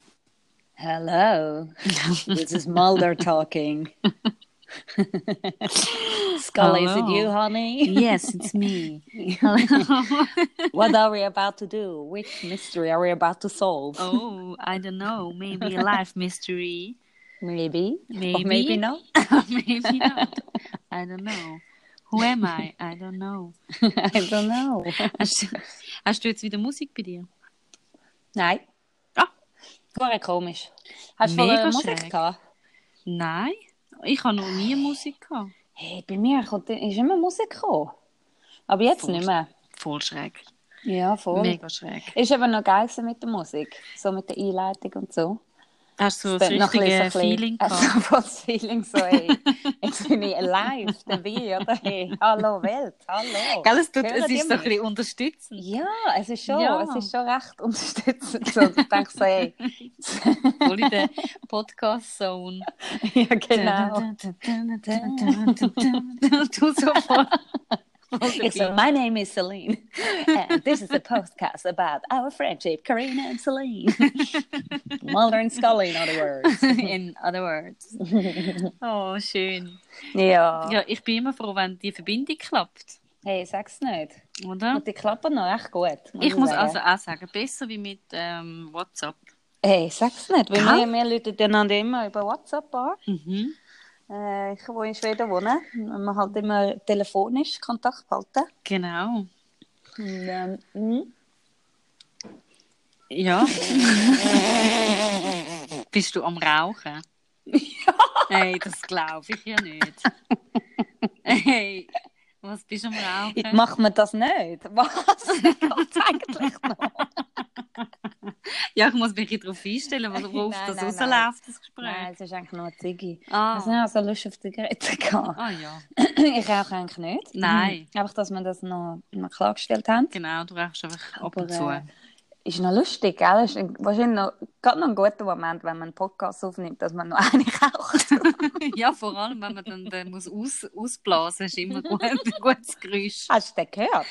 Hello. this is Mulder talking. Scully, is it Hello. you, honey? yes, it's me. Hello. what are we about to do? Which mystery are we about to solve? oh, I don't know. Maybe a life mystery. Maybe. Maybe. Or maybe not. maybe not. I don't know. Who am I? I don't know. I don't know. Hast du, hast du jetzt wieder Musik bei dir? Nein. Ah. Vorher komisch. Hast du Mega vorher Musik schräg. gehabt? Nein. Ich habe noch nie Musik gehabt. Hey, bei mir kommt, ist immer Musik gekommen. Aber jetzt Voll. nicht mehr. Voll schräg. Ja, voll. Mega schräg. Ist aber noch geil gewesen mit der Musik. So mit der Einleitung und so. Hast du so Das das klingt noch ein bisschen richtige so ein bisschen- Feeling Also, gehabt? voll das Feeling so, hey, jetzt bin ich live dabei, oder? Hey, hallo Welt, hallo. Gell, es, tut, Hört es ihr ist so ein mich? bisschen unterstützend. Ja, es ist schon, Ja. es ist schon recht unterstützend. So, ich denke so, hey, Voll in der Podcast-Zone. ja genau. Du so voll. Ich so, my name is Celine and this is a podcast about our friendship, Karina and Celine. Mulder and Scully, in other words. In other words. Oh, schön. Ja. Ja, ich bin immer froh, wenn die Verbindung klappt, Hey, sag's nicht. oder? Und die klappen noch echt gut. Ich muss sagen. also auch sagen, besser wie mit ähm, WhatsApp. Hey, sag's nicht, weil Gell? wir, wir läuten einander immer über WhatsApp an. Mhm. Äh, ich, wo in Schweden wohne, wenn wir halt immer telefonisch Kontakt behalten. Genau. Und, ähm, mh. Ja. Bist du am Rauchen? Hey, das glaube ich ja nicht. Hey, was bist du am Rauchen? Macht man das nicht? Was? Kommt eigentlich noch? Ja, ich muss mich ein bisschen darauf einstellen, wo- worauf Nein, das nein, rausläuft, das Gespräch. Nein, es ist eigentlich nur eine Ziggy. Ah. Also, ich habe so Lust auf Zigaretten gehabt. ah ja, ich rauche eigentlich nicht. Mhm. Nein. Einfach, dass wir das noch mal klargestellt haben. genau, du rauchst einfach ab Aber, und zu. äh, Ist noch lustig, gell? Ist ein- wahrscheinlich noch, gerade noch ein guter Moment, wenn man einen Podcast aufnimmt, dass man noch eine raucht. ja, vor allem, wenn man dann, dann muss aus, ausblasen muss, ist immer gut, ein gutes Geräusch. Hast du den gehört?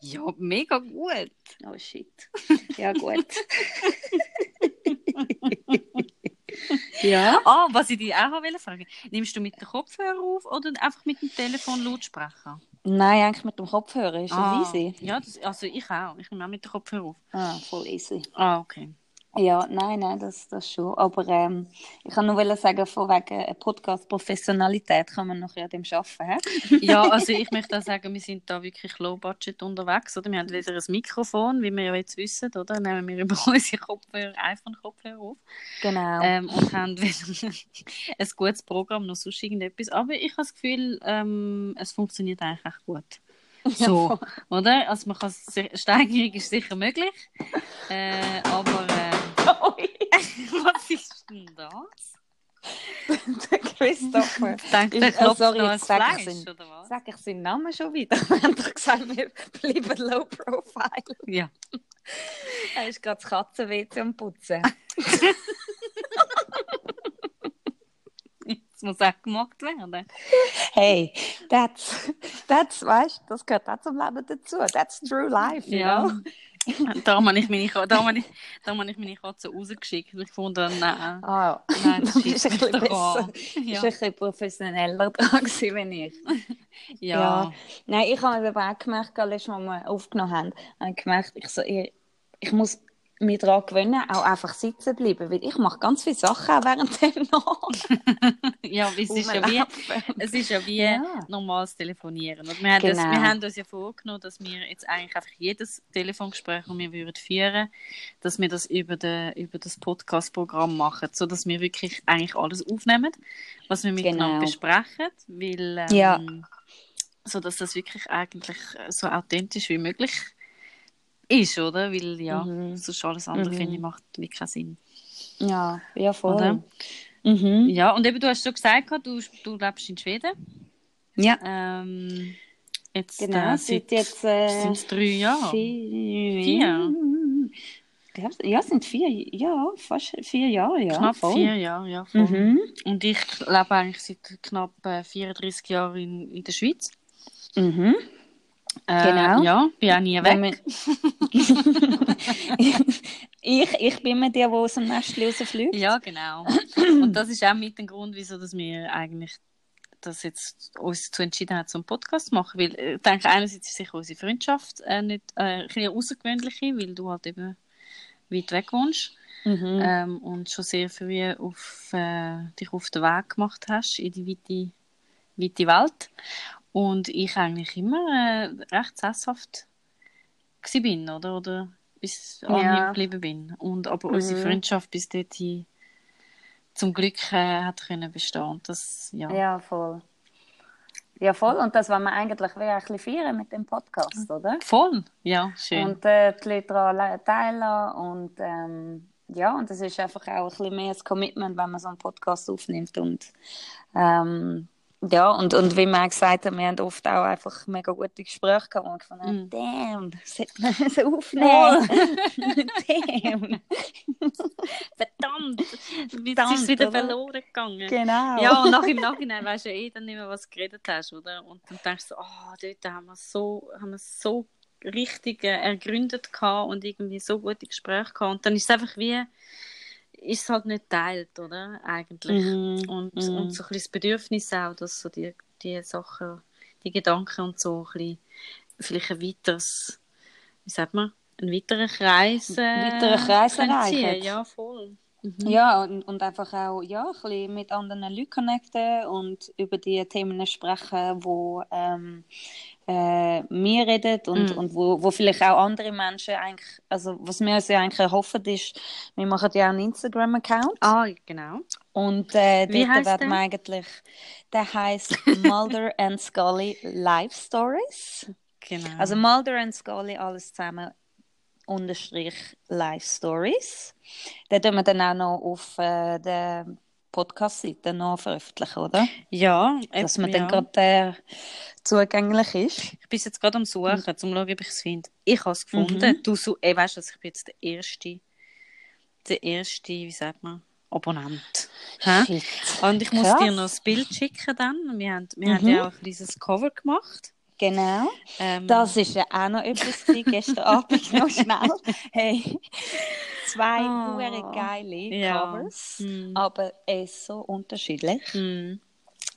Ja, mega gut. Oh shit. Ja, gut. ja. Ah, was ich dich auch noch wollte fragen nimmst du mit den Kopfhörern auf oder einfach mit dem Telefon Lautsprecher? Ah, Nein, eigentlich mit dem Kopfhörer ist das easy. Ja, das, also ich auch. Ich nehme auch mit den Kopfhörern auf. Ah, voll easy. Ah, okay. Ja, nein, nein, das, das schon. Aber ähm, ich kann nur wollen sagen, von wegen äh, Podcast-Professionalität kann man noch an dem arbeiten. hä? Ja, also ich möchte auch sagen, wir sind da wirklich low-budget unterwegs. Oder? Wir haben weder ein Mikrofon, wie wir ja jetzt wissen, oder? Nehmen wir über unsere Kopfhörer, iPhone-Kopfhörer auf. Genau. ähm, und haben wieder ein gutes Programm, noch sonst irgendetwas. Aber ich habe das Gefühl, ähm, es funktioniert eigentlich echt gut. So, oder? Also man kann, si- Steigerung ist sicher möglich, äh, aber äh, was ist denn das? Der Christopher. Ich denke, der Ist- oh, klopft sorry, noch ein jetzt sag ich's Fleisch, in- oder was? Sag ich seinen Namen schon wieder? Wir haben doch gesagt, wir bleiben low profile. Ja. Er ist gerade das Katzen-WC am Putzen. Das muss auch gemacht werden. Hey, that's, that's, weißt das gehört auch zum Leben dazu. That's true life, you Ja. know? Ähm, Darum habe ich meine, Ka- darum habe ich, darum habe ich meine Katze rausgeschickt. Ich fand, äh, nein, Ah, nein, das das ist schießt ein mich bisschen doch besser. an. Ist Ja. ein bisschen professioneller dran gewesen, wenn ich. ja. Nein, ich habe es aber auch gemerkt, als letztes Mal wir aufgenommen haben, habe ich gemerkt, ich, so, ich, ich muss mich daran gewöhnen, auch einfach sitzen bleiben, weil ich mache ganz viele Sachen auch während dem noch. Ja, es ist ja wie, es ist ja wie Ja. normales Telefonieren. Und wir, haben das, Genau. wir haben uns ja vorgenommen, dass wir jetzt eigentlich einfach jedes Telefongespräch, das wir würden führen, dass wir das über, den, über das Podcast-Programm machen, so dass wir wirklich eigentlich alles aufnehmen, was wir miteinander Genau. besprechen, weil ähm, Ja. so dass das wirklich eigentlich äh, so authentisch wie möglich ist, oder? Weil ja, Mhm. sonst alles andere Mhm. finde ich macht wie keinen Sinn. Ja, ja voll. Oder? Mhm. Ja, und eben du hast schon gesagt, du, du lebst in Schweden. Ja, Ähm, jetzt genau. äh, Seit seit, jetzt äh, sind's drei Jahre. vier. Vier? Ja, Ja, sind vier. Ja, fast vier Jahre. Ja, knapp voll. vier Jahre, ja. Voll. Mhm. Und ich lebe eigentlich seit knapp äh, 34 Jahren in, in der Schweiz. Mhm. Äh, Genau. Ja, bin auch nie Wenn weg. man- ich, ich bin mir die, die aus dem Nest rausfliegt. Ja, genau. Und das ist auch mit dem Grund, wieso dass wir eigentlich das jetzt uns zu entschieden haben, zum Podcast zu machen. Weil äh, ich denke, einerseits ist sicher unsere Freundschaft äh, nicht, äh, ein bisschen eine außergewöhnliche, weil du halt eben weit weg wohnst Mhm. ähm, und schon sehr früh auf, äh, dich auf den Weg gemacht hast in die weite, weite Welt. Und ich eigentlich immer äh, recht sesshaft gsi bin, oder? Oder bis Ja. an ihm geblieben bin. Und aber unsere Mhm. Freundschaft bis dorthin zum Glück äh, hat können bestehen. Und das, ja. ja, voll. Ja, voll. Und das wollen wir eigentlich wieder ein bisschen feiern mit dem Mhm. Podcast, oder? Voll, ja, schön. Und äh, die Leute daran teilen und ähm, ja, und es ist einfach auch ein bisschen mehr ein Commitment, wenn man so einen Podcast aufnimmt und ähm, ja, und, und wie wir auch gesagt haben, wir haben oft auch einfach mega gute Gespräche gehabt, wo wir gefunden haben, Mhm. damn, das sollte man so aufnehmen. damn. verdammt, Verdammt, es ist wieder oder? verloren gegangen. Genau. Ja, und nach im Nachhinein weißt du ja eh dann nicht mehr, was du geredet hast, oder? Und dann denkst du, oh, dort haben wir so, haben wir so richtig äh, ergründet gehabt und irgendwie so gute Gespräche gehabt. Und dann ist es einfach wie, ist es halt nicht teilt, oder? Eigentlich. Mhm. Und, Mhm. und so ein bisschen das Bedürfnis auch, dass so die, die Sachen, die Gedanken und so ein bisschen, vielleicht ein weiteres, wie sagt man, ein weiterer Kreis. Äh, Weiterer Kreis können ziehen. erreichen. Ja, voll. Mhm. Ja, und, und einfach auch ja, ein bisschen mit anderen Leuten connecten und über die Themen sprechen, wo ähm, äh, wir reden und, Mm. und wo, wo vielleicht auch andere Menschen eigentlich, also was wir uns ja eigentlich erhoffen ist, wir machen ja auch einen Instagram-Account Ah, genau. und äh, Wie dort heisst werden wir der? eigentlich, der heißt Mulder and Scully Life Stories. Genau. Also Mulder and Scully alles zusammen unterstrich Live Stories. Den tun wir dann auch noch auf äh, der Podcast-Seite noch veröffentlichen, oder? Ja, Dass eben, man dann ja. gerade äh, zugänglich ist. ich bin jetzt gerade am Suchen, um Mhm. zu schauen, ob ich es finde. Ich habe es gefunden. Du so, ey, weißt du, was, ich bin jetzt der erste, der erste, wie sagt man, Abonnent. Hä? Shit. Und ich muss Krass. dir noch das Bild schicken dann. Wir haben, wir haben Mhm. ja auch ein kleines Cover gemacht. Genau. Ähm, Das ist ja auch noch etwas gewesen, gestern Abend noch schnell. Hey, zwei Ah. hure geile Ja. Covers, Mhm. aber es so unterschiedlich. mh,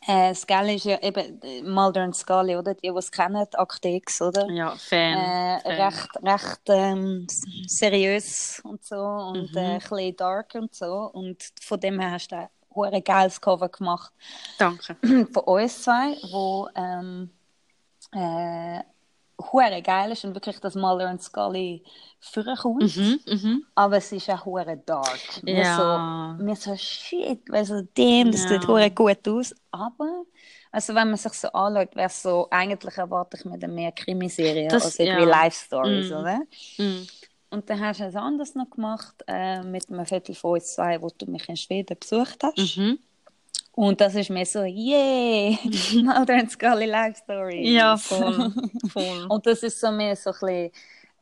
Äh, das Geile ist ja eben äh, Mulder und Scully, oder? Die, die es kennen, Akte X, oder? ja, Fan. äh, Fan. recht, recht ähm, s- seriös und so und Mhm. äh, ein bisschen dark und so. Und von dem her hast du ein hure geiles Cover gemacht Danke. von uns zwei, wo ähm, äh, hure geil ist und wirklich das Maler und Scully vorkommt. Mhm, mhm. Aber es ist auch hure dark. Wir Ja. so, wir so shit, also dem, das Ja. sieht hure gut aus. Aber also wenn man sich so anschaut, wäre es so, eigentlich erwarte ich mir dann mehr Krimiserien Das- als irgendwie ja. Life Stories, Mhm. oder? Mhm. Und dann hast du es anders noch gemacht äh, mit einem Viertel von uns zwei, wo du mich in Schweden besucht hast. Mhm. Und das ist mir so, yeah, Mulder and Scully Life Stories. Ja, voll. voll. Und das ist so mehr so ein bisschen,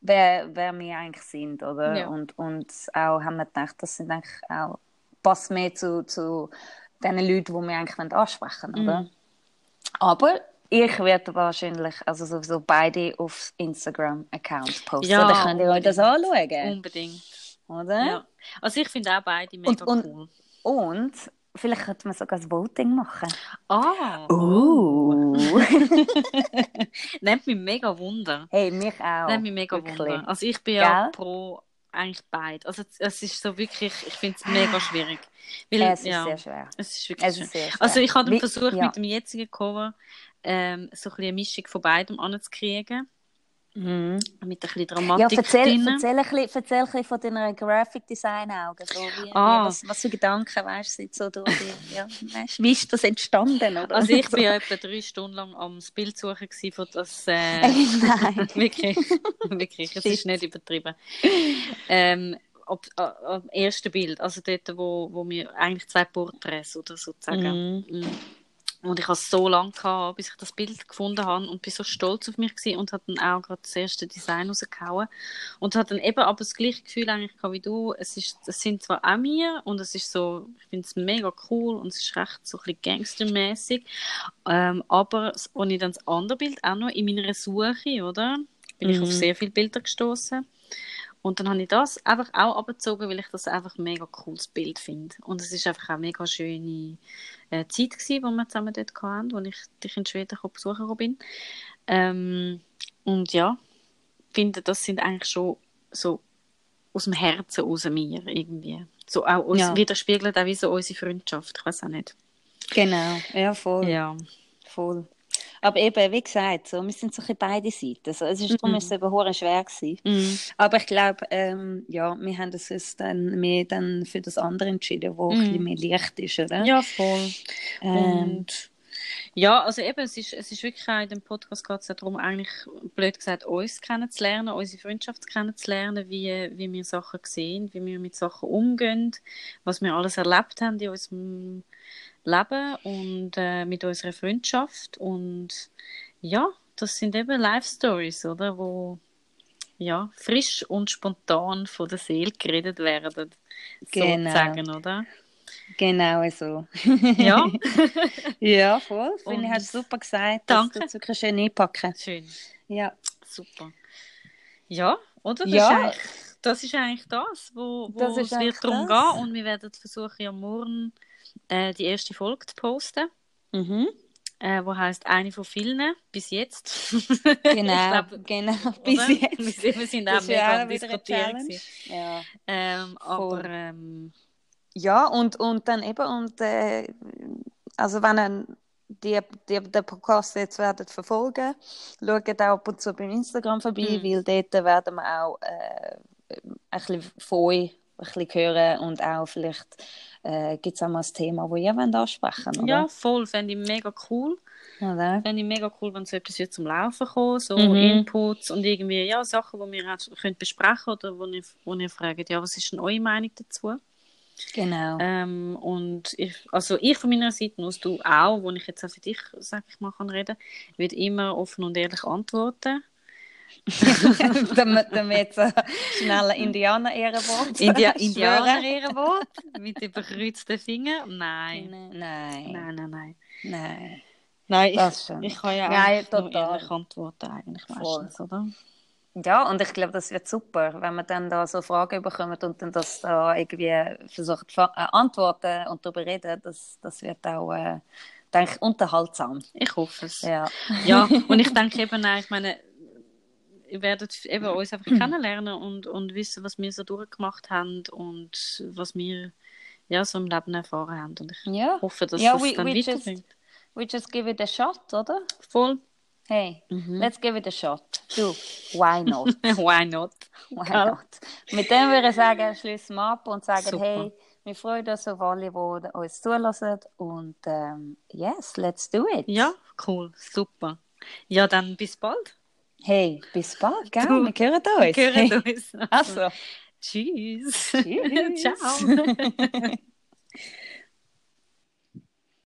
wer, wer wir eigentlich sind, oder? Ja. Und, und auch haben wir gedacht, das sind eigentlich auch, passt mehr zu, zu den Leuten, die wir eigentlich wollen ansprechen wollen, oder? Mhm. Aber ich werde wahrscheinlich, also sowieso beide auf Instagram-Account posten. Ja, dann könnt ihr euch das anschauen, Unbedingt. oder? Ja. Also ich finde auch beide mega und- cool. Und vielleicht könnte man sogar ein Voting machen. Ah, Oh! nimmt mich mega Wunder. hey, mich auch. Nimmt mich mega Genau, Wirklich. Wunder. Also ich bin ja Gell? pro eigentlich beide. Also es- es ist so wirklich, ich finde es mega schwierig. Weil, Es ist ja, sehr schwer. Es ist wirklich Es schwer. ist sehr schwer. Also ich habe dann Wie- versucht, ja. mit dem jetzigen Cover ähm, so ein bisschen eine Mischung von beidem anzukriegen. Mhm. Mit ein bisschen Ja, Dramatik erzähl, drin. erzähl, ein bisschen, erzähl ein bisschen von deinen Graphic Design Augen. So wie, Ah. wie, was, was für Gedanken weißt, sind so durch die, ja, weißt, wie ist das entstanden? Oder? Also ich So. bin ja etwa drei Stunden lang am Bild suchen gewesen, von das... Äh, Nein. wirklich, wirklich, es ist nicht übertrieben. Ähm, ob, a- am ersten Bild, also dort, wo, wo wir eigentlich zwei Porträts oder sozusagen. Mhm. Mhm. Und ich hatte so lange, gehabt, bis ich das Bild gefunden habe und bin so stolz auf mich gewesen und habe dann auch gerade das erste Design rausgehauen. Und habe dann eben aber das gleiche Gefühl eigentlich gehabt wie du. Es, ist, es sind zwar auch mir und es ist so, ich finde es mega cool und es ist recht so ein bisschen gangstermäßig. Ähm, aber s- als ich dann das andere Bild auch noch in meiner Suche, oder? Bin ich auf Mhm. sehr viele Bilder gestoßen. Und dann habe ich das einfach auch abgezogen, weil ich das einfach ein mega cooles Bild finde. Und es ist einfach auch eine mega schöne äh, Zeit gewesen, die wir zusammen dort hatten, als ich dich in Schweden gekommen besuchen gekommen bin. Ähm, und ja, finde, das sind eigentlich schon so aus dem Herzen raus mir irgendwie. So auch uns Ja. widerspiegelt auch wie so unsere Freundschaft. Ich weiß auch nicht. Genau, ja, voll. Ja. Voll. Aber eben, wie gesagt, so, wir sind so ein bisschen beide Seiten. Also, es ist, darum Mhm. ist es eben hure schwer gewesen. Mhm. Aber ich glaube, ähm, ja, wir haben das jetzt dann mehr dann für das andere entschieden, wo Mhm. ein bisschen mehr Licht ist, oder? Ja, voll. Ähm, Und ja, also eben, es ist, es ist wirklich auch in dem Podcast geht es ja darum, eigentlich, blöd gesagt, uns kennenzulernen, unsere Freundschaft kennenzulernen, wie, wie wir Sachen sehen, wie wir mit Sachen umgehen, was wir alles erlebt haben in unserem Leben und äh, mit unserer Freundschaft. Und ja, das sind eben Life Stories, oder? Wo ja, frisch und spontan von der Seele geredet werden, Genau. sozusagen, oder? genau so. Ja, ja, voll. Finde ich, Und- hast du super gesagt. Danke. Das kannst du schön einpacken. schön. Ja. Super. Ja, oder? Das, Ja. ist, eigentlich, das ist eigentlich das, wo, wo Das ist es eigentlich wird darum das. gehen. Und wir werden versuchen, ja morgen äh, die erste Folge zu posten, Mhm. äh, wo heißt eine von vielen bis jetzt. Genau, genau. Bis oder? jetzt. Wir, wir sind auch Das ist mega ja am auch wieder eine Diskutieren. Challenge. gewesen. Ja. Ähm, Voll. aber ähm, Ja, und, und dann eben, und äh, also wenn ihr die, die, den Podcast jetzt werdet verfolgen, schaut auch ab und zu beim Instagram vorbei, Mhm. weil dort werden wir auch äh, ein bisschen von euch ein bisschen hören und auch vielleicht äh, gibt es auch mal ein Thema, das ihr wollt ansprechen wollt, ja, voll, fände ich mega cool. oder? oder? Fände ich mega cool, wenn so etwas wird zum Laufen kommen, so Mhm. Inputs und irgendwie ja, Sachen, die wir auch könnt besprechen oder wo ihr, wo ihr fragt, ja, was ist denn eure Meinung dazu? Genau. Ähm, und ich, also ich von meiner Seite aus, du auch, wo ich jetzt auch für dich, sag ich mal, kann reden, wird immer offen und ehrlich antworten. damit, damit äh, schnell ein Indianer-Ehrenwort India schwören. Indianer Ehrenwort mit überkreuzten Fingern? Nein. Nein, Nein, nein, nein. nein. Nein, Das schon. ich, ich kann ja Nein, eigentlich nur total. ehrlich antworten eigentlich Voll. meistens, oder? Ja, und ich glaube, das wird super, wenn wir dann da so Fragen bekommen und dann das da irgendwie versucht fa- äh, antworten und darüber reden, das, das wird auch, äh, denke ich, unterhaltsam. Ich hoffe es. Ja. Ja, und ich denke eben, auch, ich meine, ihr werdet eben uns einfach kennenlernen und, und wissen, was wir so durchgemacht haben und was wir ja, so im Leben erfahren haben. Und ich Ja, hoffe, dass ja das we, dann we, just, weitergeht. we just give it a shot, oder? Voll. Hey, Mhm. let's give it a shot. Du, why not? Why not? Why Gell? not? Oh Mit dem würde ich sagen, schließen wir ab und sagen, Ah. Super. hey, wir freuen uns auf alle, die uns zulassen und ähm, yes, let's do it. Ja, cool. Super. Ja, dann bis bald. Hey, bis bald, gell? Du, Wir hören uns. Wir Hey. hören uns. Also, Tschüss. tschüss. Ciao.